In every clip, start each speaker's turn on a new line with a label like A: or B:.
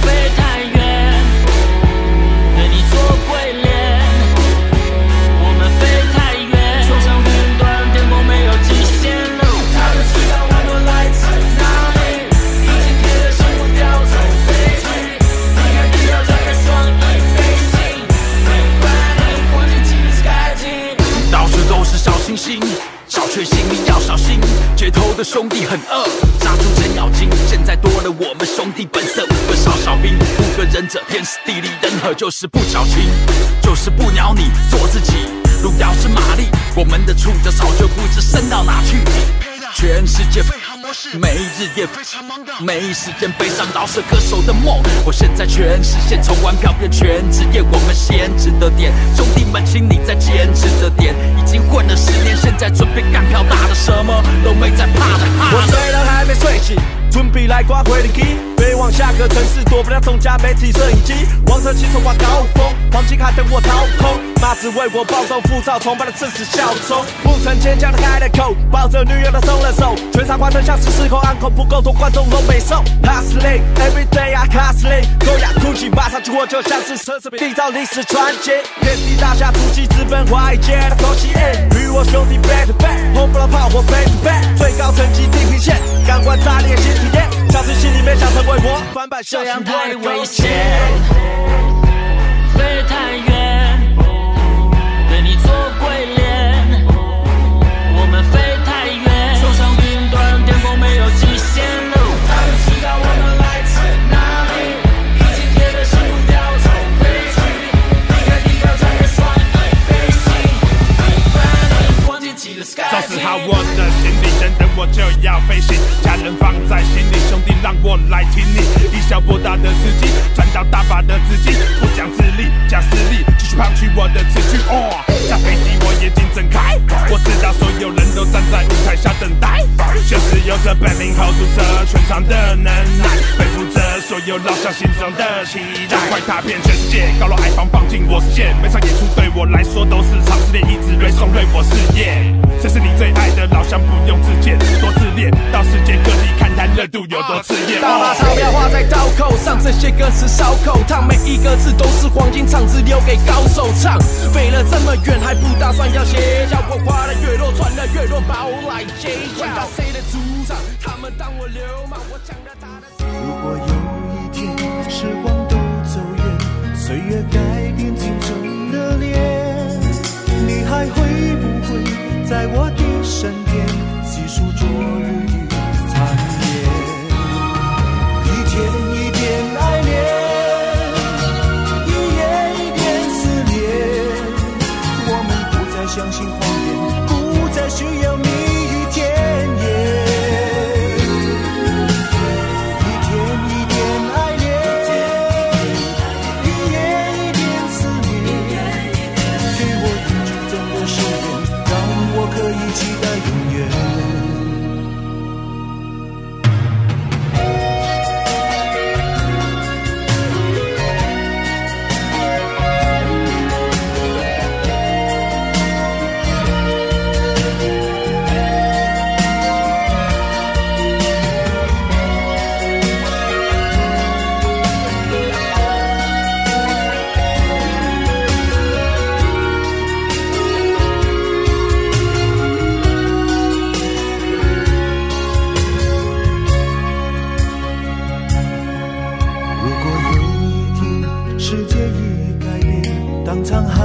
A: 飞太远，对你做鬼脸，我们飞太远，冲上云端，天空没有极限了。他们知道我们来自哪里，已经贴着生活叼走飞去，离开地球，张开双翼飞行，飞快，我进七彩景。
B: 到处都是小星星，小确幸你要小心。街头的兄弟很饿，扎住程咬金。现在多了我们兄弟本色，五个少小兵，五个忍者，天时地利人和，就是不矫情，就是不鸟你，做自己。路遥知马力，我们的触角早就不知伸到哪去。全世界没日夜非常忙的，没时间悲伤饶舌歌手的梦。我现在全实现，从玩票变全职业，我们先值得点。兄弟们，请你再坚持着点，已经混了十年，现在准备干票大的，什么都没在怕的。怕
C: 我
B: 的
C: 虽然还没睡醒，准备来刮回的机。飞往下个城市，躲不了众家媒体摄影机。王者骑手挂高峰，黄金卡等我掏空。妈子为我暴动，浮躁崇拜的正是效忠。不曾尖叫的开了口，抱着女友的松了手。全场观众像是失控，暗口不够多，观众都没送。Hustling every day I hustling，高雅哭泣，马上去我就像是奢侈品，缔造历史传奇。遍地大侠足迹，直奔华尔街的口气。与我兄弟 back to back，轰不了炮火 back to back，最高层级地平线，感官炸裂新体验。小心心里面想成为我，翻版
A: 这
C: 这
A: 样太危险，飞太远，对你做鬼脸，我们飞太远，冲上云端，天空没有极限了。他们知道我们来自哪里，已经贴着生活叼走飞去，离开地表，展开双翼飞行，光进起了 sky。
D: 收拾好我的行李，等等我就要飞行，家人放在心里，兄弟让我来挺你。以小博大的司机，传导大把的资金，不讲自立，讲实力，继续抛弃我的词句。哦，下飞机我眼睛睁开，我知道所有人都站在舞台下等待，确实有着本领 hold 住这全场的能耐，背负着所有老乡心中的期待，快踏遍全世界，高楼矮房放进我视线，每场演出对我来说都是场试炼，一直锐送对我事业。这是你最爱的老乡，不用自荐，多自恋，到世界各地看看热度有多炽烈。
C: 大把
D: 哦
C: 钞票花在刀口上，这些歌词烧口烫，每一个字都是黄金，唱只留给高手唱。飞了这么远，还不打算要歇脚？我花的越多，赚的越多，把我来接管到谁的主场？他们当我流氓，我抢了他的。
E: 如果有一天时光都走远，岁月改变青春的脸，你还会不会在我的身边，细数昨日的残烟？一天一点爱恋，一夜一点思念。我们不再相信谎言，不再需要蜜语甜言。一天一点爱恋，一夜一点思念，给我一句真的誓言，让我可以期待永远。如果有一天世界已改变，当沧海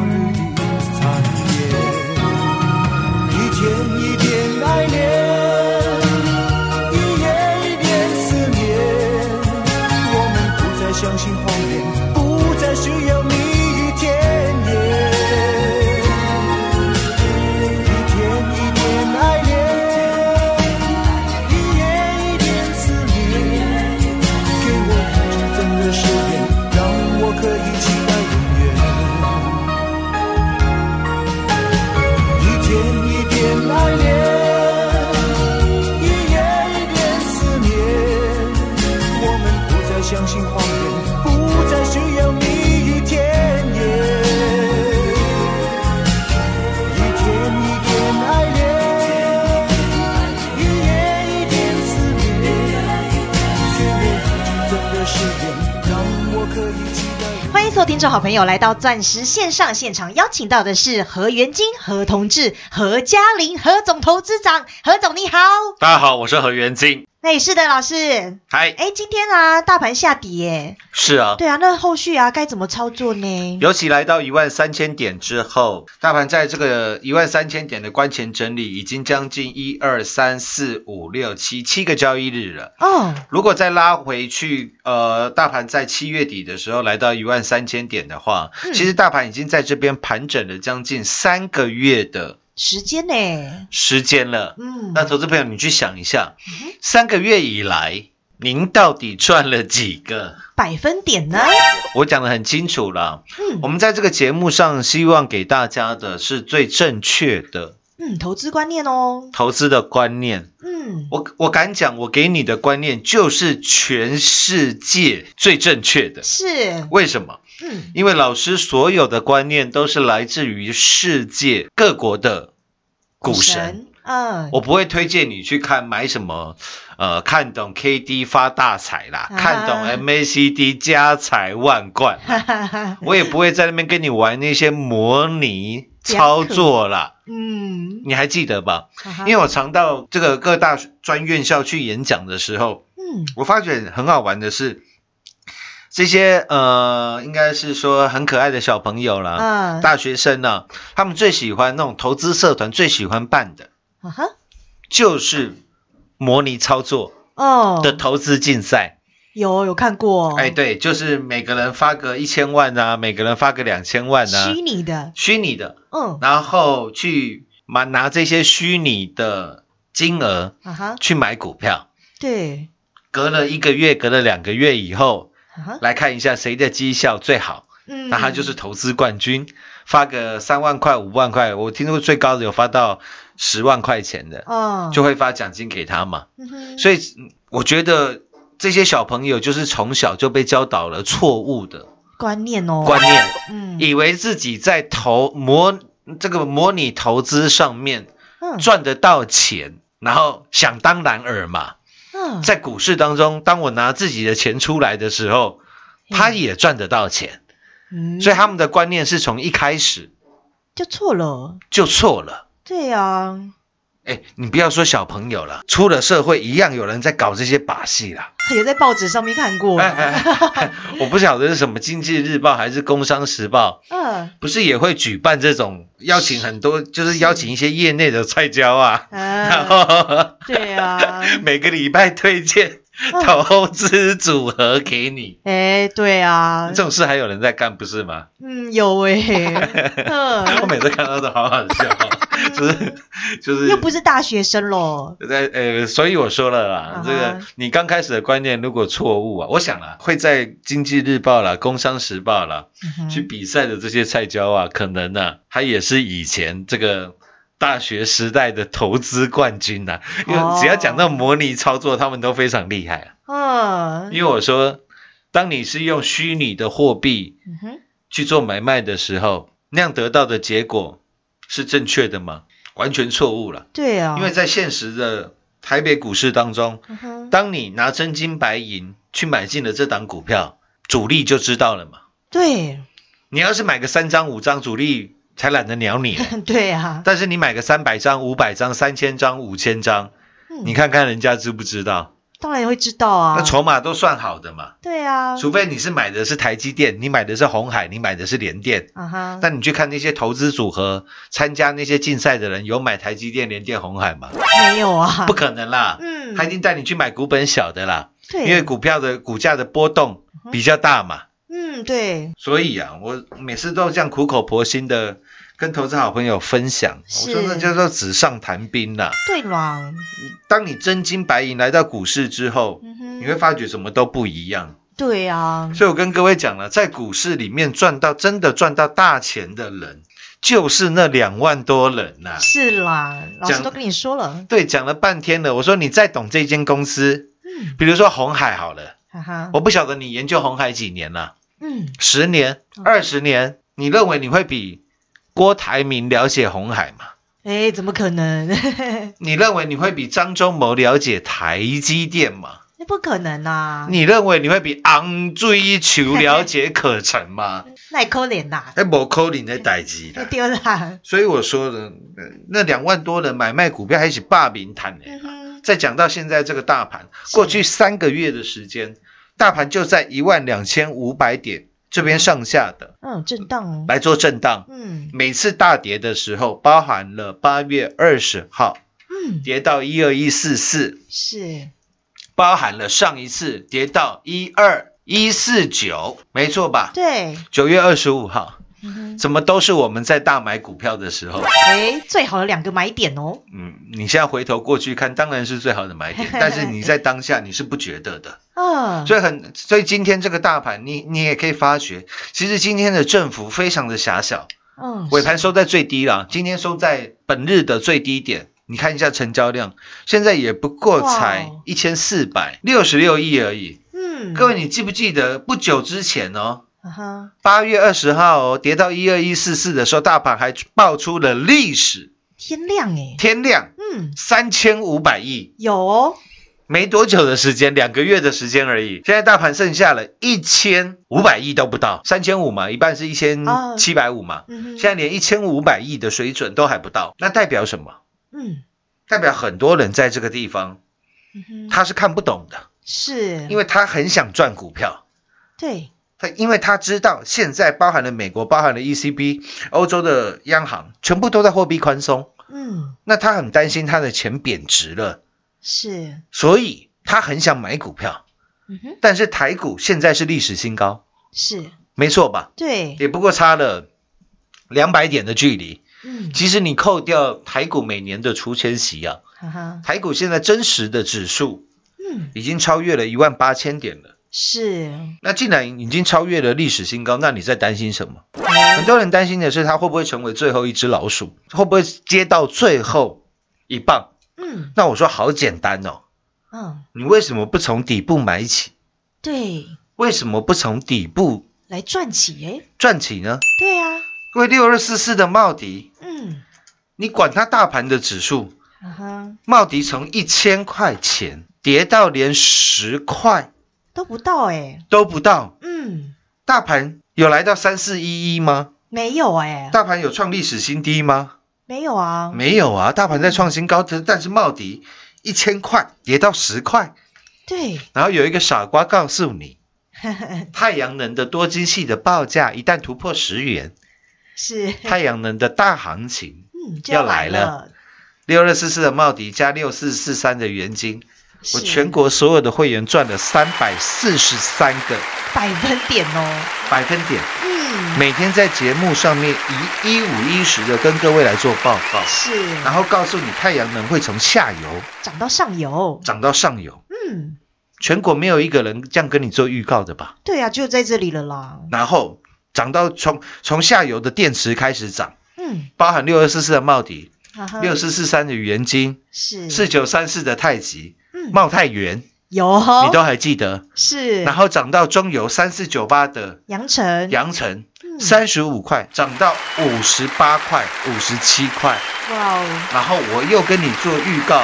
E: 日的残烟？
F: 众好朋友来到钻石线上现场，邀请到的是何元金、何同志、何嘉玲、何总投资长。何总 你好，
G: 大家好，我是何元金。
F: 那也是的，哎老师。
G: 嗨，
F: 哎，今天啊，大盘下跌耶，
G: 是啊，
F: 对啊，那后续啊该怎么操作呢？
G: 尤其来到一万三千点之后，大盘在这个一万三千点的关前整理，已经将近一二三四五六七七个交易日了。
F: 哦，
G: 如果再拉回去，呃，大盘在七月底的时候来到一万三千点的话，
F: 嗯
G: 其实大盘已经在这边盘整了将近三个月的
F: 时间呢？
G: 时间了。
F: 嗯，
G: 那投资朋友，你去想一下，三个月以来，您到底赚了几个？
F: 百分点呢？
G: 我讲的很清楚了。我
F: 嗯
G: 们在这个节目上希望给大家的是最正确的
F: 嗯，投资观念哦，
G: 投资的观念。
F: 嗯，
G: 我我敢讲，我给你的观念就是全世界最正确的。
F: 是，
G: 为什么？
F: 嗯，
G: 因为老师所有的观念都是来自于世界各国的股神。，
F: 嗯，
G: 我不会推荐你去看买什么，呃，看懂 K D 发大财啦，
F: 啊
G: 看懂 M A C D 家财万贯
F: 哈
G: 啦
F: 哈哈，
G: 我也不会在那边跟你玩那些模拟
F: 这样
G: 操
F: 可
G: 作啦，
F: 嗯，
G: 你还记得吧？
F: 哈哈
G: 因为我常到这个各大专院校去演讲的时候，
F: 嗯
G: 我发觉很好玩的是，这些呃，应该是说很可爱的小朋友啦，
F: 嗯，
G: 大学生呢、他们最喜欢那种投资社团最喜欢办的
F: 啊哈，
G: 就是模拟操作
F: 哦，
G: 的投资竞赛。
F: 有有看过，
G: 哎，，对，就是每个人发个一千万啊，每个人发个两千万啊
F: 虚，拟的，
G: 虚拟的。
F: 嗯，
G: 然后去买拿这些虚拟的金额
F: 啊哈，
G: 去买股票，
F: 对，
G: 隔了一个月，隔了两个月以后
F: 啊哈，
G: 来看一下谁的绩效最好，
F: 嗯，
G: 那他就是投资冠军，发个三万块、五万块，我听说最高的有发到十万块钱的，
F: 哦，
G: 就会发奖金给他嘛。
F: 嗯哼
G: 所以嗯我觉得这些小朋友就是从小就被教导了错误的
F: 观念哦，
G: 观念。
F: 嗯，
G: 以为自己在投模这个模拟投资上面
F: 嗯
G: 赚得到钱，然后想当然尔嘛，
F: 嗯，
G: 在股市当中，当我拿自己的钱出来的时候，他也赚得到钱，
F: 嗯
G: 所以他们的观念是从一开始
F: 就错了，
G: 就错了。
F: 对啊，
G: 哎，你不要说小朋友了，出了社会一样有人在搞这些把戏啦。
F: 也在报纸上面看过，
G: 哎哎哎我不晓得是什么《经济日报》还是《工商时报》，
F: 嗯，
G: 不是也会举办这种邀请很多，就是邀请一些业内的菜椒啊，然
F: 啊，
G: 后
F: 对啊，
G: 每个礼拜推荐
F: 嗯
G: 投资组合给你，
F: 哎，对啊
G: 这，种事还有人在干，不是吗？
F: 嗯，有哎，嗯
G: 我，每次看到都好好笑 哦，就是就是
F: 又不是大学生喽，
G: 在呃，所以我说了啦
F: 啊哈，
G: 这个你刚开始的观念如果错误啊，我想啦，会在《经济日报》啦、《工商时报》啦
F: 嗯哼
G: 去比赛的这些菜椒啊，可能呢、他也是以前这个大学时代的投资冠军呐、因
F: 哦
G: 为只要讲到模拟操作，他们都非常厉害、啊。
F: 嗯，
G: 因为我说，当你是用虚拟的货币
F: 嗯哼，
G: 去做买卖的时候，那样得到的结果是正确的吗？完全错误了。
F: 对啊，
G: 因为在现实的台北股市当中，
F: 嗯哼，
G: 当你拿真金白银去买进了这档股票，主力就知道了嘛。
F: 对，
G: 你要是买个三张五张，主力才懒得鸟你。
F: 对啊，
G: 但是你买个三百张、五百张、三千张、五千张，
F: 嗯
G: 你看看人家知不知道？
F: 当然会知道啊，
G: 那筹码都算好的嘛。
F: 对啊，
G: 除非你是买的是台积电，你买的是红海，你买的是联电。
F: 啊哈，
G: 但你去看那些投资组合参加那些竞赛的人，有买台积电、联电、红海吗？
F: 没有啊，
G: 不可能啦，
F: 嗯
G: 他一定带你去买股本小的啦，
F: 对，
G: 因为股票的股价的波动比较大嘛。
F: 嗯对，
G: 所以啊，我每次都这样苦口婆心的跟投资好朋友分享，我
F: 是
G: 说那叫做纸上谈兵啦。
F: 对啦，
G: 当你真金白银来到股市之后，
F: 嗯哼
G: 你会发觉什么都不一样。
F: 对啊，
G: 所以我跟各位讲了，在股市里面赚到真的赚到大钱的人，就是那两万多人呐、
F: 是啦，老师
G: 讲
F: 都跟你说了，
G: 对，讲了半天了，我说你再懂这间公司，
F: 嗯，
G: 比如说红海好了，
F: 哈哈，
G: 我不晓得你研究红海几年了，
F: 嗯，
G: 十年、二十年，你认为你会比郭台铭了解红海吗？
F: 哎，怎么可能？
G: 你认为你会比张忠谋了解台积电吗？
F: 那不可能啊，
G: 你认为你会比昂追求了解可成吗？
F: 赖扣脸啦，
G: 哎，某扣零的代志
F: 就
G: 啦。
F: 丢啦。
G: 所以我说的，呃那两万多人买卖股票还是霸名谈的
F: 嗯
G: 啦。
F: 哼，
G: 再讲到现在这个大盘，过去三个月的时间，大盘就在一万两千五百点这边上下的
F: 嗯，震荡哦。
G: 来做震荡。
F: 嗯
G: 每次大跌的时候，包含了八月二十号
F: 嗯，
G: 跌到一二一四四，
F: 是，
G: 包含了上一次跌到一二一四九，没错吧？
F: 对，
G: 九月二十五号，
F: 嗯哼，
G: 怎么都是我们在大买股票的时候。
F: 哎，最好的两个买点哦。
G: 嗯，你现在回头过去看，当然是最好的买点，但是你在当下你是不觉得的。
F: 嗯，
G: 所以很，所以今天这个大盘，你你也可以发觉，其实今天的振幅非常的狭小，
F: 嗯，
G: 尾盘收在最低了，今天收在本日的最低点。你看一下成交量，现在也不过才
F: 哇哦
G: 一千四百六十六亿而已。
F: 嗯，
G: 各位，你记不记得不久之前哦，
F: 啊哈，
G: 八月二十号哦，跌到一二一四四的时候，大盘还爆出了历史
F: 天亮哎，
G: 天量
F: 嗯，
G: 三千五百亿，
F: 有哦，
G: 没多久的时间，两个月的时间而已。现在大盘剩下了一千五百亿都不到，三千五嘛，一半是一千
F: 啊
G: 七百五嘛，
F: 嗯哼，
G: 现在连一千五百亿的水准都还不到，那代表什么？
F: 嗯
G: 代表很多人在这个地方
F: 嗯哼，
G: 他是看不懂的，
F: 是，
G: 因为他很想赚股票。
F: 对，
G: 他因为他知道现在包含了美国、包含了 ECB、欧洲的央行，全部都在货币宽松，
F: 嗯，
G: 那他很担心他的钱贬值了，
F: 是，
G: 所以他很想买股票。
F: 嗯哼，
G: 但是台股现在是历史新高，
F: 是，
G: 没错吧？
F: 对，
G: 也不过差了两百点的距离。
F: 嗯，
G: 其实你扣掉台股每年的除权息啊，
F: 哈哈，
G: 台股现在真实的指数
F: 嗯，
G: 已经超越了一万八千点了。
F: 是，
G: 那既然已经超越了历史新高，那你在担心什么？很多人担心的是它会不会成为最后一只老鼠，会不会接到最后一棒？
F: 嗯
G: 那我说好简单哦，
F: 嗯，
G: 你为什么不从底部买起？
F: 对，
G: 为什么不从底部
F: 来赚起哎，
G: 赚起呢？
F: 对啊，
G: 因为六二四四的茂迪，
F: 嗯，
G: 你管它大盘的指数，
F: 哈哈，
G: 茂迪从一千块钱跌到连十块
F: 都不到哎，
G: 都不到，
F: 嗯，
G: 大盘有来到三四一一吗？
F: 没有哎，
G: 大盘有创历史新低吗？
F: 没有啊，
G: 没有啊，大盘在创新高，但是茂迪一千块跌到十块，
F: 对，
G: 然后有一个傻瓜告诉你，太阳能的多晶系的报价一旦突破十元，
F: 是，
G: 太阳能的大行情，
F: 嗯，就
G: 要
F: 来
G: 来了，六二四四的茂迪加六四四三的元金，我
F: 是
G: 全国所有的会员赚了三百四十三个
F: 百分点哦，
G: 百分点，
F: 嗯，
G: 每天在节目上面一一五一十的跟各位来做报告，
F: 是，
G: 然后告诉你太阳能会从下游
F: 涨到上游，
G: 涨到上游。
F: 嗯，
G: 全国没有一个人这样跟你做预告的吧？
F: 对啊，就在这里了啦，
G: 然后涨到从从下游的电池开始涨，
F: 嗯，
G: 包含六二四四的茂迪、
F: 哈哈，
G: 六四四三的元金、
F: 是
G: 四，九三四的太极、
F: 嗯，
G: 茂泰元，
F: 有
G: 你
F: 哦，
G: 都还记得？
F: 是
G: 然后涨到中游三四九八的
F: 杨晨，
G: 阳城，
F: 嗯
G: 三十五块涨到五十八块、五十七块，
F: 哇哦，
G: 然后我又跟你做预告，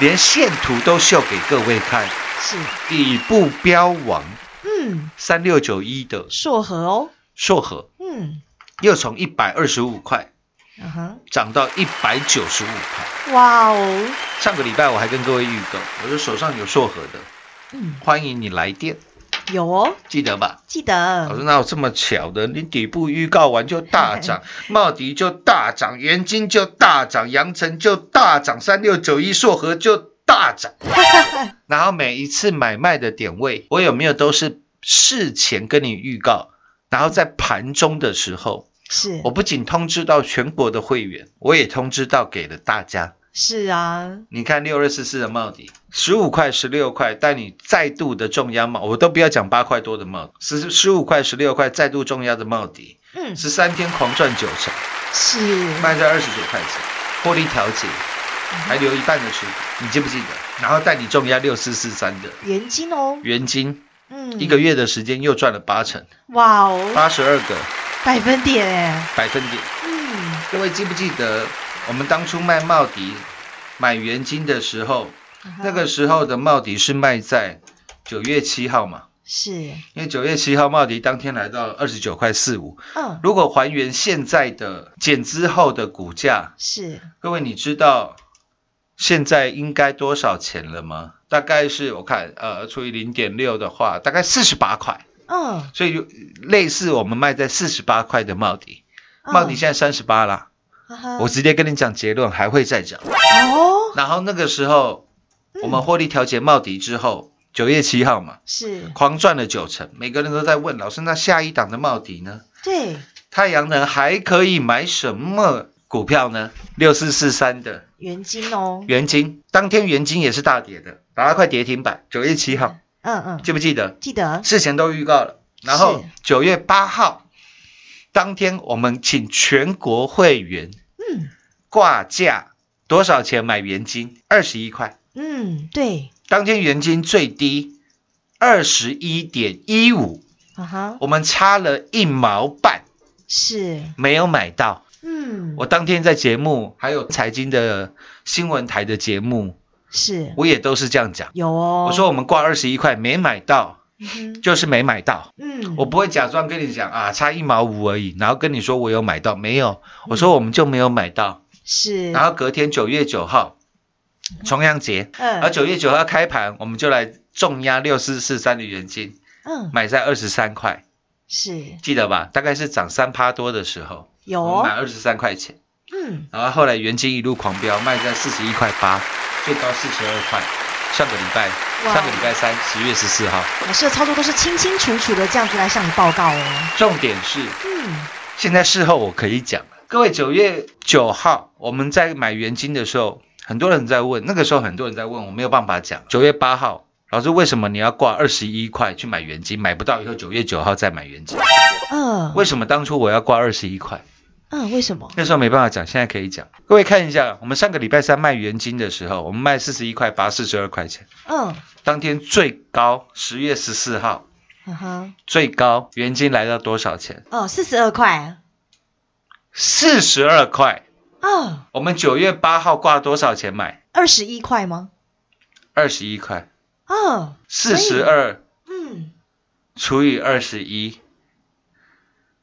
G: 连线图都秀给各位看，
F: 是，
G: 底部标王
F: 嗯，
G: 三六九一的
F: 硕和哦，
G: 硕和。
F: 嗯，
G: 又从一百二十五块
F: 啊哈，
G: 涨到一百九十五块。
F: 哇哦，
G: 上个礼拜我还跟各位预告，我说手上有硕和的，
F: 嗯，
G: 欢迎你来电，
F: 有哦，
G: 记得吧？
F: 记
G: 我说
F: 得，
G: 那有这么巧的，你底部预告完就大涨，茂迪就大涨，元金就大涨，阳城就大涨，三六九一硕和就大涨。然后每一次买卖的点位，我有没有都是事前跟你预告，然后在盘中的时候
F: 是
G: 我不仅通知到全国的会员，我也通知到给了大家。
F: 是啊，
G: 你看六二四四的帽底，十五块、十六块，带你再度的重压帽，我都不要讲八块多的帽，十十五块、十六块再度重压的帽底，
F: 嗯，
G: 十三天狂赚九成，
F: 是，
G: 卖在二十九块钱，获利调节，还留一半的持股，你记不记得？然后带你重压六四四三的
F: 元金哦，
G: 元金，
F: 嗯，
G: 一个月的时间又赚了八成，
F: 哇哦，
G: 八十二个
F: 百分点哎，
G: 百分点。
F: 嗯，
G: 各位记不记得我们当初卖茂迪、买元金的时候，那个时候的茂迪是卖在九月七号嘛，
F: 是，
G: 因为九月七号茂迪当天来到二十九块四五，
F: 嗯，
G: 如果还原现在的减资后的股价，
F: 是，
G: 各位你知道现在应该多少钱了吗？大概是我看，呃，除以零点六的话，大概四十八块，
F: 嗯，
G: 所以就类似我们卖在四十八块的茂迪，
F: 嗯
G: 茂迪现在三十八啦，
F: 哈哈
G: 我直接跟你讲结论，还会再涨。
F: 哦，
G: 然后那个时候
F: 嗯
G: 我们获利调节茂迪之后，九月七号嘛，
F: 是，
G: 狂赚了九成，每个人都在问老师，那下一档的茂迪呢？
F: 对，
G: 太阳能还可以买什么股票呢？六四四三的
F: 原金哦，
G: 元金，当天元金也是大跌的，打到快跌停板。九月七号，
F: 嗯嗯，
G: 记不记得？
F: 记得
G: 事前都预告了。然后九月八号，当天我们请全国会员，
F: 嗯，
G: 挂价多少钱买元金？二十一块。
F: 嗯，对，
G: 当天元金最低二十一点一五，
F: 啊哈，
G: 我们差了一毛半，
F: 是，
G: 没有买到。
F: 嗯，
G: 我当天在节目，还有财经的新闻台的节目，
F: 是
G: 我也都是这样讲。
F: 有哦，
G: 我说，我们挂二十一块没买到，
F: 嗯哼
G: 就是没买到，
F: 嗯，
G: 我不会假装跟你讲啊，差一毛五而已，然后跟你说我有买到，没有，我说我们就没有买到。
F: 是，
G: 然后隔天九月九号，重阳节，
F: 嗯，
G: 而九月九号开盘，我们就来重压六四四三的原金，
F: 嗯，
G: 买在二十三块，
F: 是
G: 记得吧？大概是涨三趴多的时候，
F: 有
G: 我
F: 哦
G: 们买，二十三块钱。
F: 嗯，
G: 然后后来原金一路狂飙，卖在四十一块八，最高四十二块。上个礼拜，
F: 哇
G: 上个礼拜三，十月十四号。
F: 老师的操作都是清清楚楚的这样子来向你报告哦，
G: 重点是，
F: 嗯，
G: 现在事后我可以讲了。各位，九月九号我们在买原金的时候，很多人在问，那个时候很多人在问，我没有办法讲。九月八号，老师为什么你要挂二十一块去买原金？买不到以后，九月九号再买原金。
F: 嗯，
G: 为什么当初我要挂二十一块？
F: 嗯，为什么？
G: 那时候没办法讲，现在可以讲。各位看一下，我们上个礼拜三卖原金的时候，我们卖四十一块八，四十二块钱。
F: 嗯，
G: 当天最高十月十四号
F: 嗯哼，
G: 最高原金来到多少钱？
F: 哦，四十二块，
G: 四十二块。
F: 哦，
G: 我们九月八号挂多少钱买？
F: 二十一块吗？
G: 二十一块。
F: 哦，
G: 四十二
F: 嗯，
G: 除以二十一，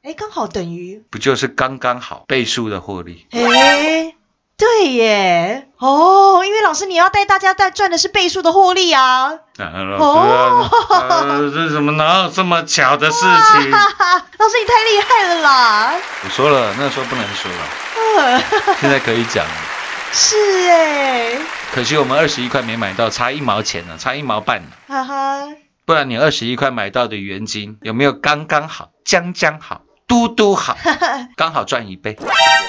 F: 哎，刚好等于，
G: 不就是刚刚好倍数的获利？
F: 哎，对耶，哦，因为老师你要带大家带赚的是倍数的获利啊，
G: 啊老师啊，呃这怎么哪有这么巧的事情？
F: 哈哈， 老师你太厉害了啦，
G: 我说了，那时候不能说了，
F: 嗯，
G: 现在可以讲了。
F: 是哎，
G: 可惜我们二十一块没买到，差一毛钱呢，差一毛半呢。
F: 哈哈，
G: 不然你二十一块买到的原金有没有刚刚好、将将好、嘟嘟好，刚好赚一倍？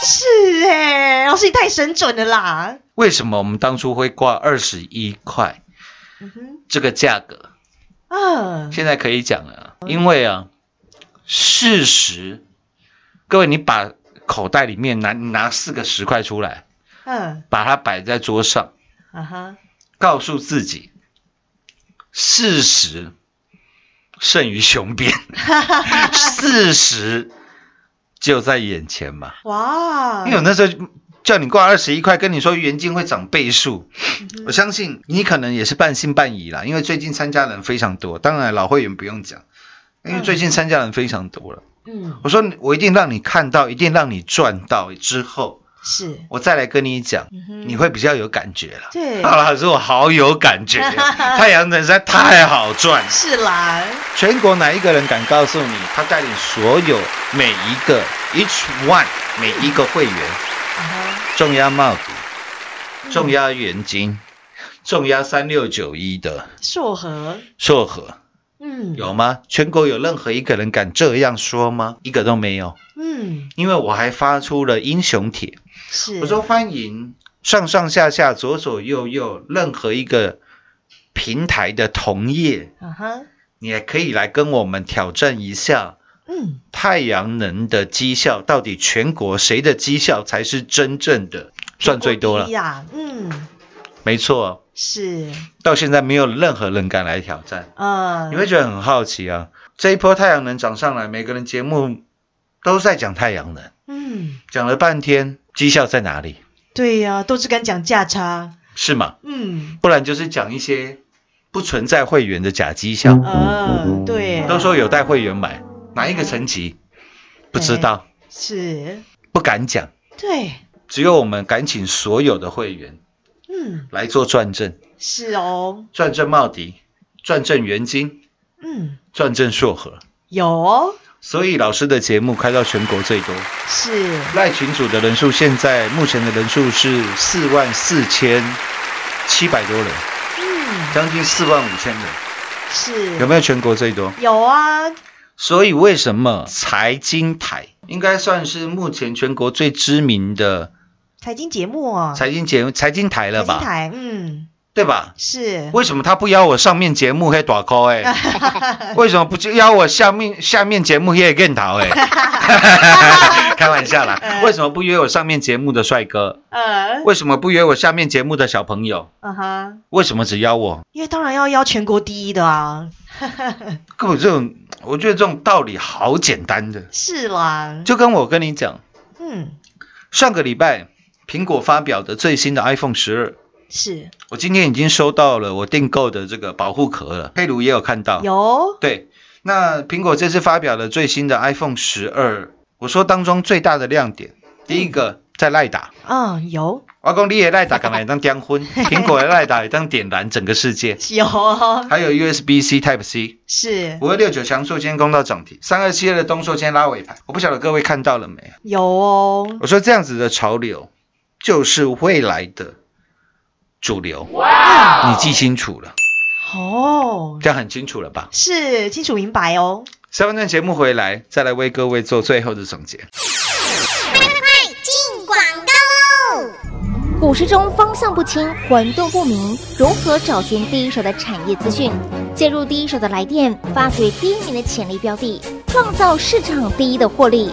F: 是哎，老师你太神准了啦，
G: 为什么我们当初会挂二十一块
F: 嗯哼，
G: 这个价格？
F: 嗯，
G: 现在可以讲了啊，因为啊，事实，各位你把口袋里面拿你拿四个十块出来，
F: 嗯，
G: 把它摆在桌上，
F: 啊哈，
G: 告诉自己，事实胜于 雄辩，事实就在眼前嘛。
F: 哇，
G: 因为我那时候叫你挂二十一块，跟你说原金会涨倍数，
F: 嗯
G: 我相信你可能也是半信半疑啦。因为最近参加人非常多，当然老会员不用讲，因为最近参加人非常多了。
F: 嗯，
G: 我说你我一定让你看到，一定让你赚到之后，
F: 是，
G: 我再来跟你讲，
F: 嗯哼
G: 你会比较有感觉了。
F: 对，
G: 啊，老师，我好有感觉，太阳能实在太好赚。
F: 是啦，
G: 全国哪一个人敢告诉你，他带领所有每一个 each one 每一个会员
F: 啊哈，
G: 重压帽子，
F: 嗯
G: 重压元金，重压三六九一的
F: 硕和，
G: 硕和，
F: 嗯，
G: 有吗？全国有任何一个人敢这样说吗？一个都没有，
F: 嗯，
G: 因为我还发出了英雄帖，
F: 是，
G: 我说欢迎上上下下、左左右右任何一个平台的同业，
F: 啊哈，
G: 你也可以来跟我们挑战一下。
F: 嗯，
G: 太阳能的绩效到底全国谁的绩效才是真正的算最多了
F: 第一？呀，嗯，
G: 没错，
F: 是，
G: 到现在没有任何人敢来挑战。
F: 呃，
G: 你会觉得很好奇啊，这一波太阳能涨上来，每个人节目都在讲太阳能，
F: 嗯，
G: 讲了半天，绩效在哪里？
F: 对呀，都只敢讲价差，
G: 是吗？
F: 嗯，
G: 不然就是讲一些不不存在会员的假绩效。
F: 呃，对，
G: 都说有带会员买，哪一个层级？不知道，
F: 是，
G: 不敢讲。
F: 对，
G: 只有我们敢请所有的会员
F: 嗯，
G: 来做转正，
F: 是哦，
G: 转正茂迪，转正元金，
F: 嗯，
G: 转正硕和。
F: 有哦，
G: 所以老师的节目开到全国最多，
F: 是
G: 赖群组的人数现在目前的人数是四万四千七百多人，将近四万五千人，
F: 嗯是
G: 有没有全国最多？
F: 有啊，
G: 所以为什么财经台应该算是目前全国最知名的
F: 财经节目哦，
G: 财经节目、财经台了
F: 财经
G: 吧？
F: 台，嗯，
G: 对吧？
F: 是，
G: 为什么他不邀我上面节目黑短扣哎？为什么不就邀我下面下面节目也更讨哎？开玩笑啦！为什么不约我上面节目的帅哥？
F: 呃，
G: 为什么不约我下面节目的小朋友？
F: 嗯哼，
G: 为什么只邀我？
F: 因为当然要邀全国第一的啊，
G: 根本这种，我觉得这种道理好简单的，
F: 是啦，
G: 就跟我跟你讲，
F: 嗯，
G: 上个礼拜苹果发表的最新的 iPhone 十二，
F: 是
G: 我今天已经收到了我订购的这个保护壳了，佩如也有看到。
F: 有，
G: 对，那苹果这次发表了最新的 iPhone 十二，我说当中最大的亮点，第一个在赖打，
F: 嗯，有，
G: 我讲你的赖打干嘛当点昏， 苹果的赖打也当点燃整个世界。
F: 有哦，
G: 还有 USB C Type C，
F: 是
G: 五二六九强硕今天攻到涨停，三二七二的东硕今天拉尾盘，我不晓得各位看到了没？啊
F: 有哦，
G: 我说这样子的潮流就是未来的主流，你记清楚了，
F: 哦，
G: 这样很清楚了吧？
F: 是清楚明白哦，
G: 下半段节目回来，再来为各位做最后的总结。
H: 进广告喽！股市中方向不清、混沌不明，如何找寻第一手的产业资讯？介入第一手的来电，发掘第一名的潜力标的，创造市场第一的获利。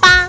H: 八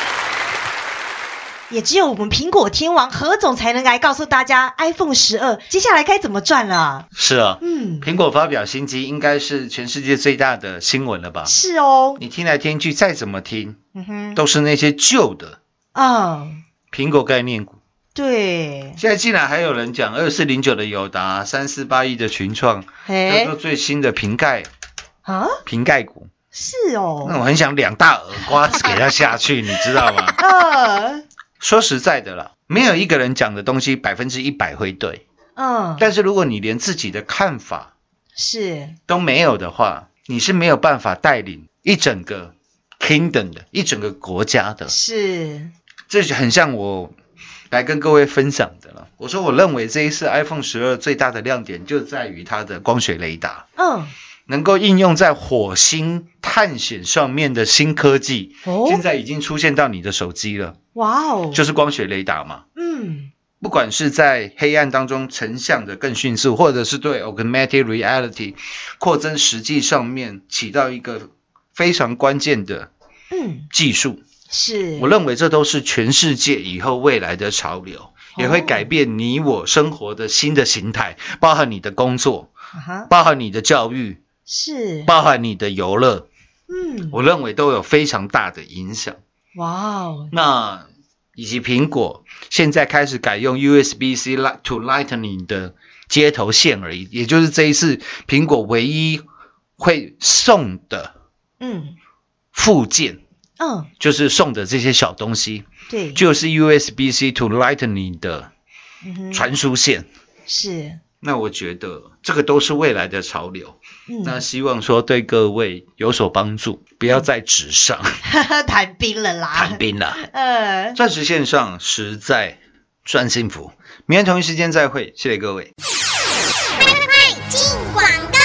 F: 也只有我们苹果天王何总才能来告诉大家 iPhone 十二接下来该怎么赚了，
G: 是啊，
F: 嗯，
G: 苹果发表新机应该是全世界最大的新闻了吧？
F: 是哦，
G: 你听来听去，再怎么听，
F: 嗯哼，
G: 都是那些旧的
F: 嗯，
G: 苹果概念股。
F: 对，
G: 现在竟然还有人讲二四零九的友达、三四八一的群创，
F: 哎
G: 都都，最新的瓶盖
F: 啊，
G: 瓶盖股，
F: 是
G: 那
F: 哦，
G: 我很想两大耳刮子给他下去，你知 道吗？
F: 嗯
G: 说实在的啦，没有一个人讲的东西百分之一百会对，
F: 嗯，
G: 但是如果你连自己的看法
F: 是
G: 都没有的话，你是没有办法带领一整个 kingdom 的一整个国家的。
F: 是，
G: 这就很像我来跟各位分享的了。我说，我认为这一次 iPhone 十二最大的亮点就在于它的光学雷达，
F: 嗯，
G: 能够应用在火星探险上面的新科技，
F: 哦，
G: 现在已经出现到你的手机了，
F: 哇哦，
G: 就是光学雷达嘛。
F: 嗯，
G: 不管是在黑暗当中成像的更迅速，或者是对 augmented reality 扩增实际上面起到一个非常关键的
F: 嗯，
G: 技术，
F: 是，
G: 我认为这都是全世界以后未来的潮流，也会改变你我生活的新的形态，包含你的工作，
F: 啊哈，
G: 包含你的教育，
F: 是，
G: 包含你的游乐，
F: 嗯，
G: 我认为都有非常大的影响。
F: 哇哦，
G: 那以及苹果现在开始改用 USB C li- to Lightning 的接头线而已，也就是这一次苹果唯一会送的
F: 嗯
G: 附件，
F: 嗯，
G: 就是送的这些小东西，
F: 对，
G: 就是 USB C to Lightning 的。
F: 嗯哼
G: 传输线。
F: 是，
G: 那我觉得这个都是未来的潮流，
F: 嗯，
G: 那希望说对各位有所帮助，不要在纸上
F: 谈兵了啦，
G: 谈，兵了。
F: 呃，
G: 钻石线上实在赚幸福。明天同一时间再会，谢谢各位。
H: 进广告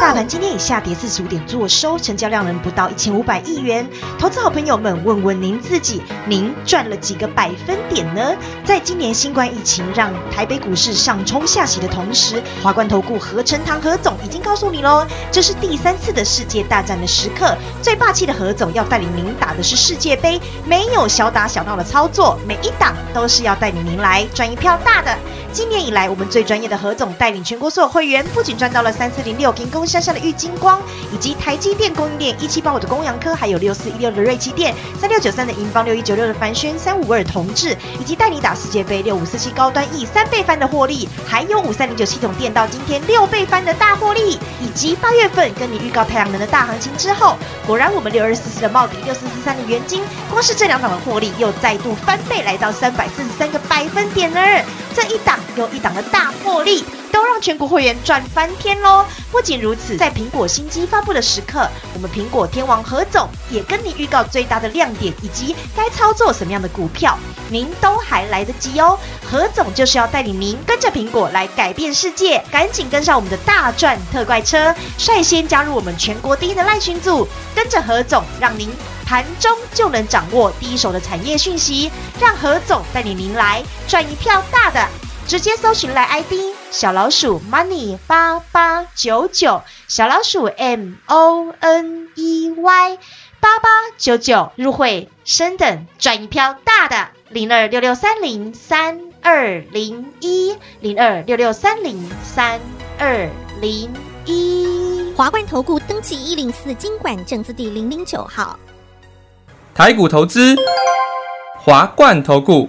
F: 大盘今天以下跌四十五点做收，成交量仍不到一千五百亿元。投资好朋友们，问问您自己，您赚了几个百分点呢？在今年新冠疫情让台北股市上冲下洗的同时，华冠投顾何成堂何总已经告诉你喽，这是第三次的世界大战的时刻，最霸气的何总要带领您打的是世界杯，没有小打小闹的操作，每一档都是要带领您来赚一票大的。今年以来，我们最专业的何总带领全国所有会员，不仅赚到了三四零六跟工山下的玉金光，以及台积电供应链一七八五的公阳科，还有六四一六的瑞奇电，三六九三的银邦，六一九六的凡轩，三五二同志，以及带你打世界杯六五四七高端 E 三倍翻的获利，还有五三零九系统电到今天六倍翻的大获利，以及八月份跟你预告太阳能的大行情之后，果然我们六二四四的茂迪，六四四三的元金，光是这两档的获利又再度翻倍，来到三百四十三个百分点呢。这一档又一档的大获利，都让全国会员赚翻天喽！不仅如此，在苹果新机发布的时刻，我们苹果天王何总也跟你预告最大的亮点以及该操作什么样的股票，您都还来得及哦。何总就是要带领您跟着苹果来改变世界，赶紧跟上我们的大赚特快车，率先加入我们全国第一的赖群组，跟着何总，让您盘中就能掌握第一手的产业讯息，让何总带领您来赚一票大的。直接搜寻来 ID 小老鼠 money 八八九九，小老鼠 M O N E Y 八八九九入会升等赚一票大的零二六六三零三二零一零二六六三零三二零一。
H: 华冠投顾登记一零四经管证字第零零九号。
I: 台股投资，华冠投顾。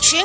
H: 全